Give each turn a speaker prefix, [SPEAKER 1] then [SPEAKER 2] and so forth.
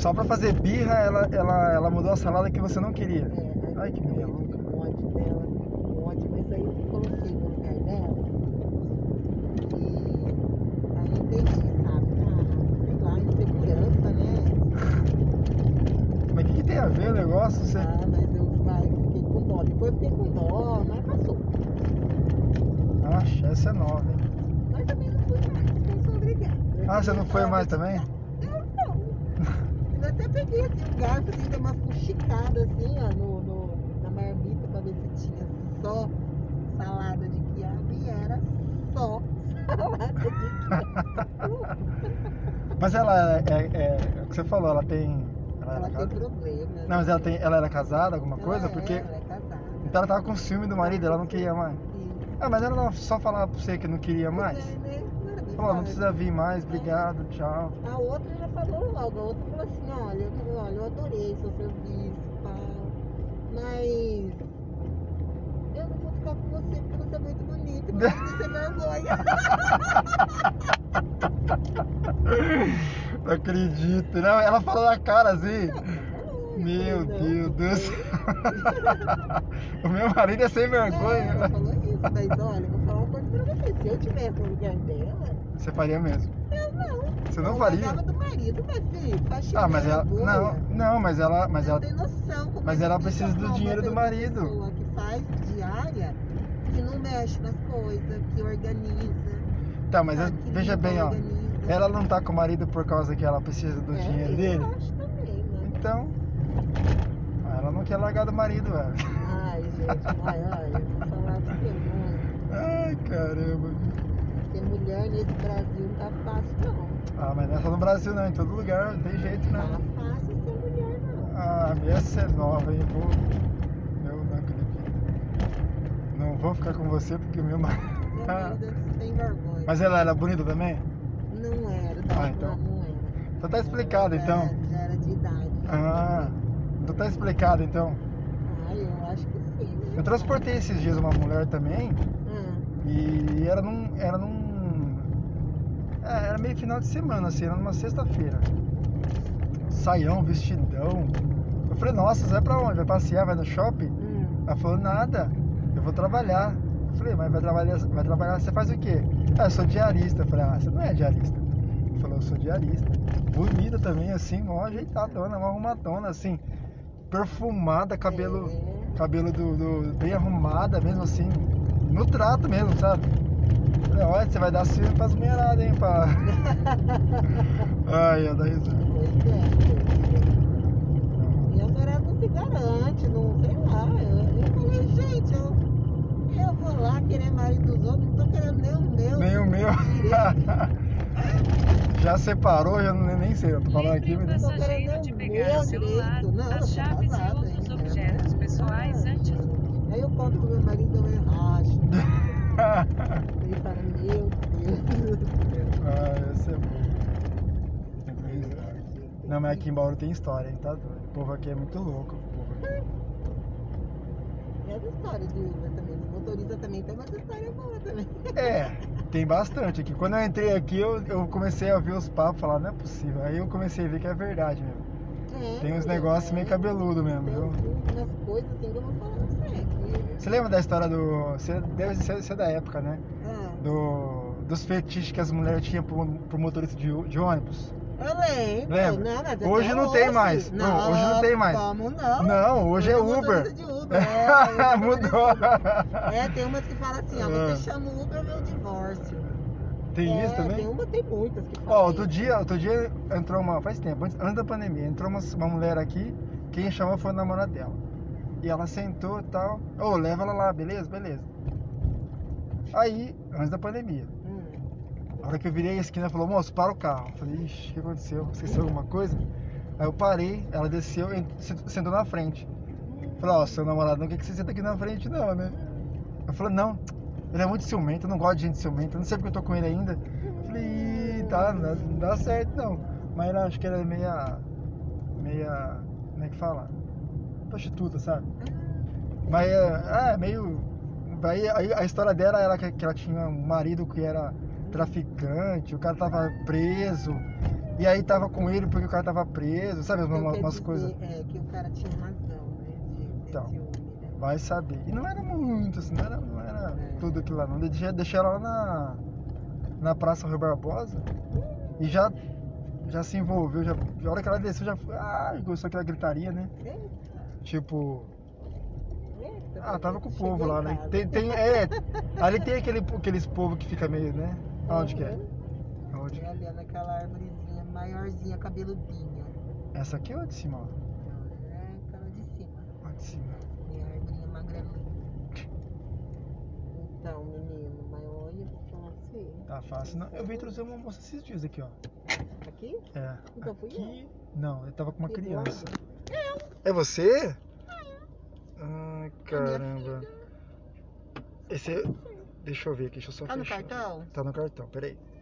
[SPEAKER 1] Só pra fazer birra, ela, ela, ela mudou a salada que você não queria.
[SPEAKER 2] É,
[SPEAKER 1] Ai, que
[SPEAKER 2] mulher
[SPEAKER 1] beleza.
[SPEAKER 2] fica com ódio dela, fica com ódio, mas aí eu coloquei no lugar dela e aí entendi, sabe? Ah, sei lá, insegurança, né?
[SPEAKER 1] Mas o é que, que tem a ver o negócio? Você...
[SPEAKER 2] Ah, mas eu vai, fiquei com dó. Depois fiquei com dó, mas passou.
[SPEAKER 1] Acha, essa é nova, hein?
[SPEAKER 2] Mas também não fui mais, porque eu sou obrigada.
[SPEAKER 1] Ah, você não foi mais também?
[SPEAKER 2] Eu não. Eu até peguei assim, um garfo, assim, dei uma fuxicada assim, ó, no, no- na marmita pra ver se tinha só salada de quiabo e era só salada de quiabo.
[SPEAKER 1] Mas ela é, é- é- é o que você falou, ela tem. Ela
[SPEAKER 2] ela
[SPEAKER 1] era
[SPEAKER 2] tem
[SPEAKER 1] casada?
[SPEAKER 2] problema.
[SPEAKER 1] Não, mas ela, tem, ela era casada, alguma coisa?
[SPEAKER 2] é,
[SPEAKER 1] Porque.
[SPEAKER 2] Ela é casada.
[SPEAKER 1] Então ela tava com ciúme do marido, ela não queria mais.
[SPEAKER 2] Sim.
[SPEAKER 1] Ah, mas ela não- só falava pra você que não queria mais?
[SPEAKER 2] Mas é, né? Não era bem
[SPEAKER 1] Falou, não
[SPEAKER 2] fácil.
[SPEAKER 1] precisa vir mais, obrigado, tchau.
[SPEAKER 2] A outra já falou logo, a outra falou assim, olha, eu, olha, eu adorei seu serviço, tal, mas eu não vou ficar com você porque você é muito bonita, porque você tem vergonha.
[SPEAKER 1] Não acredito, não. Ela falou na cara assim.
[SPEAKER 2] Falou, eu
[SPEAKER 1] Meu
[SPEAKER 2] falei,
[SPEAKER 1] Deus
[SPEAKER 2] não,
[SPEAKER 1] do céu.
[SPEAKER 2] não.
[SPEAKER 1] O meu marido é sem
[SPEAKER 2] É, Ela
[SPEAKER 1] vergonha.
[SPEAKER 2] falou isso, mas olha, eu vou falar uma coisa pra você, se eu tivesse no lugar dela,
[SPEAKER 1] Você faria mesmo.
[SPEAKER 2] eu não.
[SPEAKER 1] Você não
[SPEAKER 2] eu
[SPEAKER 1] faria?
[SPEAKER 2] largava do marido, mas filho, Tá faxina,
[SPEAKER 1] Ah, mas ela.
[SPEAKER 2] bolha.
[SPEAKER 1] Não, não, mas ela. Mas
[SPEAKER 2] Você
[SPEAKER 1] ela.
[SPEAKER 2] tem noção como
[SPEAKER 1] mas
[SPEAKER 2] é que
[SPEAKER 1] ela
[SPEAKER 2] fica
[SPEAKER 1] precisa
[SPEAKER 2] a
[SPEAKER 1] do
[SPEAKER 2] alma
[SPEAKER 1] dinheiro do
[SPEAKER 2] de uma
[SPEAKER 1] marido.
[SPEAKER 2] pessoa que faz diária, que não mexe nas coisas, que organiza.
[SPEAKER 1] Tá, mas
[SPEAKER 2] sabe, um que
[SPEAKER 1] veja
[SPEAKER 2] limpa,
[SPEAKER 1] bem, ó.
[SPEAKER 2] organiza. É, então.
[SPEAKER 1] Ela não tá com o marido por causa que ela precisa do
[SPEAKER 2] né?
[SPEAKER 1] dinheiro
[SPEAKER 2] eu
[SPEAKER 1] dele?
[SPEAKER 2] acho também, né?
[SPEAKER 1] Então. ah, Ela não quer largar do marido, velho.
[SPEAKER 2] Ai, gente, ai, olha, eu vou falar pra você, mano,
[SPEAKER 1] Ai, caramba.
[SPEAKER 2] ser mulher nesse Brasil não tá fácil, não.
[SPEAKER 1] Ah, mas não é só no Brasil, não. Em todo lugar, não tem jeito, né? não.
[SPEAKER 2] Não tá fácil ser mulher, não.
[SPEAKER 1] Ah, a minha é nova, hein? Vou... Eu não acredito. Não vou ficar com você porque o meu marido.
[SPEAKER 2] Meu Deus, é sem vergonha.
[SPEAKER 1] Tá. Mas ela era bonita também?
[SPEAKER 2] Não era, tá?
[SPEAKER 1] Ah, então.
[SPEAKER 2] Não era.
[SPEAKER 1] Então tá explicado,
[SPEAKER 2] Já
[SPEAKER 1] então.
[SPEAKER 2] era- Já era de idade.
[SPEAKER 1] Ah, então tá explicado, então.
[SPEAKER 2] Ai, Ah, eu acho que sim, né?
[SPEAKER 1] Eu transportei esses dias uma mulher também
[SPEAKER 2] Ah.
[SPEAKER 1] e era num. Era num. é, era meio final de semana, assim, era numa sexta-feira. Saião, vestidão. Eu falei, nossa, você vai pra onde? Vai passear, vai no shopping?
[SPEAKER 2] Hum.
[SPEAKER 1] Ela falou, Tá nada, eu vou trabalhar. Eu falei, mas vai trabalhar, vai trabalhar, você faz o quê? Ah, eu sou diarista. Eu falei, ah, você não é diarista. Ele falou, eu sou diarista. Bonita também, assim, mó ajeitadona, mó arrumadona, assim, perfumada, cabelo,
[SPEAKER 2] É.
[SPEAKER 1] cabelo do, do- bem arrumada mesmo, assim, no trato mesmo, sabe? Eu Falei, olha, você vai dar ciúme pras mulheradas, hein, pá. Ai, eu dou risada.
[SPEAKER 2] Pois é. E a senhora não se garante, não sei lá. Eu, eu falei, gente, eu, eu vou lá querer marido dos outros, não tô querendo nem o meu.
[SPEAKER 1] Nem o meu. Já separou, já não, é nem sei, eu tô falando aqui,
[SPEAKER 3] Lembre o
[SPEAKER 1] mas...
[SPEAKER 3] passageiro de pegar o celular,
[SPEAKER 2] Não, eu tô
[SPEAKER 3] as chaves e
[SPEAKER 2] casada
[SPEAKER 3] outros
[SPEAKER 2] ainda.
[SPEAKER 3] objetos pessoais antes
[SPEAKER 2] É, Aí eu conto pro meu marido, eu erracho. Ele fala, meu Deus.
[SPEAKER 1] Ah, esse é bom. Eu tô risado. Não, mas aqui em Bauru tem história, hein? Tá doido. O povo aqui é muito louco. o povo aqui.
[SPEAKER 2] É Essa história de Uber também, de motorista também, tem umas histórias boas também.
[SPEAKER 1] É, tem bastante aqui. Quando eu entrei aqui, eu, eu comecei a ver os papos falar, não é possível. Aí eu comecei a ver que é verdade mesmo.
[SPEAKER 2] É,
[SPEAKER 1] Tem uns
[SPEAKER 2] mulher,
[SPEAKER 1] negócios
[SPEAKER 2] é.
[SPEAKER 1] meio cabeludo mesmo,
[SPEAKER 2] Tem
[SPEAKER 1] viu?
[SPEAKER 2] umas coisas assim que eu vou falar pra você. que-
[SPEAKER 1] Você lembra da história do. Você deve ser, você é da época, né?
[SPEAKER 2] Ah,
[SPEAKER 1] Do, dos fetiches que as mulheres tinham pro, pro motorista de, ô- de ônibus.
[SPEAKER 2] Eu lembro.
[SPEAKER 1] Lembra?
[SPEAKER 2] então, Não, mas
[SPEAKER 1] Hoje
[SPEAKER 2] até
[SPEAKER 1] não tem mais. Não, hoje não tem mais.
[SPEAKER 2] Como não?
[SPEAKER 1] Não, hoje é
[SPEAKER 2] eu
[SPEAKER 1] Uber.
[SPEAKER 2] motorista De Uber. É, hoje eu motorista de
[SPEAKER 1] Mudou.
[SPEAKER 2] Uber. É, tem umas que falam assim, ó,
[SPEAKER 1] Ah.
[SPEAKER 2] você chama o Uber meu divórcio.
[SPEAKER 1] Tem
[SPEAKER 2] é,
[SPEAKER 1] isso também?
[SPEAKER 2] Tem uma, tem muitas que falam.
[SPEAKER 1] Ó, outro dia, outro dia entrou uma, faz tempo, antes, antes da pandemia, entrou uma, uma mulher aqui, quem chamou foi a namorada dela. E ela sentou e tal, ô, leva ela lá, beleza? Beleza. Aí, antes da pandemia,
[SPEAKER 2] Hum.
[SPEAKER 1] a hora que eu virei a esquina, ela falou, moço, para o carro. Eu falei, ixi, o que aconteceu? Esqueceu alguma coisa? Aí eu parei, ela desceu e se- sentou na frente. Eu Falei, ó, seu namorado não quer que você senta aqui na frente não, né? Ela falou, não, ele é muito ciumento, eu não gosto de gente ciumenta, eu não sei porque eu tô com ele ainda. Eu falei, "Ih, tá, não dá- não dá certo não. Mas ela, acho que ela é meia, meia, como é que fala? Prostituta, sabe? Mas, é, é meio... Aí, aí a história dela era que, que ela tinha um marido que era traficante, o cara tava preso. E aí tava com ele porque o cara tava preso, sabe? Uma-
[SPEAKER 2] Então, quer
[SPEAKER 1] umas
[SPEAKER 2] dizer,
[SPEAKER 1] coisas.
[SPEAKER 2] É, que o cara tinha razão, né? De ter
[SPEAKER 1] Então.
[SPEAKER 2] ciúme, né?
[SPEAKER 1] Vai saber. E não era muito, assim, não era, não era
[SPEAKER 2] É.
[SPEAKER 1] tudo aquilo lá, não. Deixei, deixei ela lá na, na Praça Rui Barbosa e já, já se envolveu. Já, a hora que ela desceu, já foi. Ah, gostou daquela gritaria, né? Tipo,
[SPEAKER 2] Eita,
[SPEAKER 1] ah, tava com o
[SPEAKER 2] chegou
[SPEAKER 1] povo
[SPEAKER 2] em
[SPEAKER 1] lá, né?
[SPEAKER 2] casa.
[SPEAKER 1] Tem, tem, é, ali tem aquele, aqueles povo que fica meio, né? Aonde que é?
[SPEAKER 2] Uhum.
[SPEAKER 1] Aonde?
[SPEAKER 2] É ali naquela árvorezinha maiorzinha, cabeludinha.
[SPEAKER 1] Essa aqui é a de cima, ó.
[SPEAKER 2] É, aquela de cima.
[SPEAKER 1] A de cima.
[SPEAKER 2] É a árvorezinha magrelinha. Então, menino, mas olha, assim. vou falar pra você.
[SPEAKER 1] Tá fácil. Não, eu vim trazer uma moça esses dias aqui, ó.
[SPEAKER 2] Aqui?
[SPEAKER 1] É.
[SPEAKER 2] Então fui
[SPEAKER 1] aqui... Não, eu tava com uma
[SPEAKER 2] Fui eu.
[SPEAKER 1] criança. É você? Ai, caramba. Esse. é- Deixa eu ver aqui, deixa eu só
[SPEAKER 2] Tá no
[SPEAKER 1] fechar.
[SPEAKER 2] cartão?
[SPEAKER 1] Tá no cartão, peraí.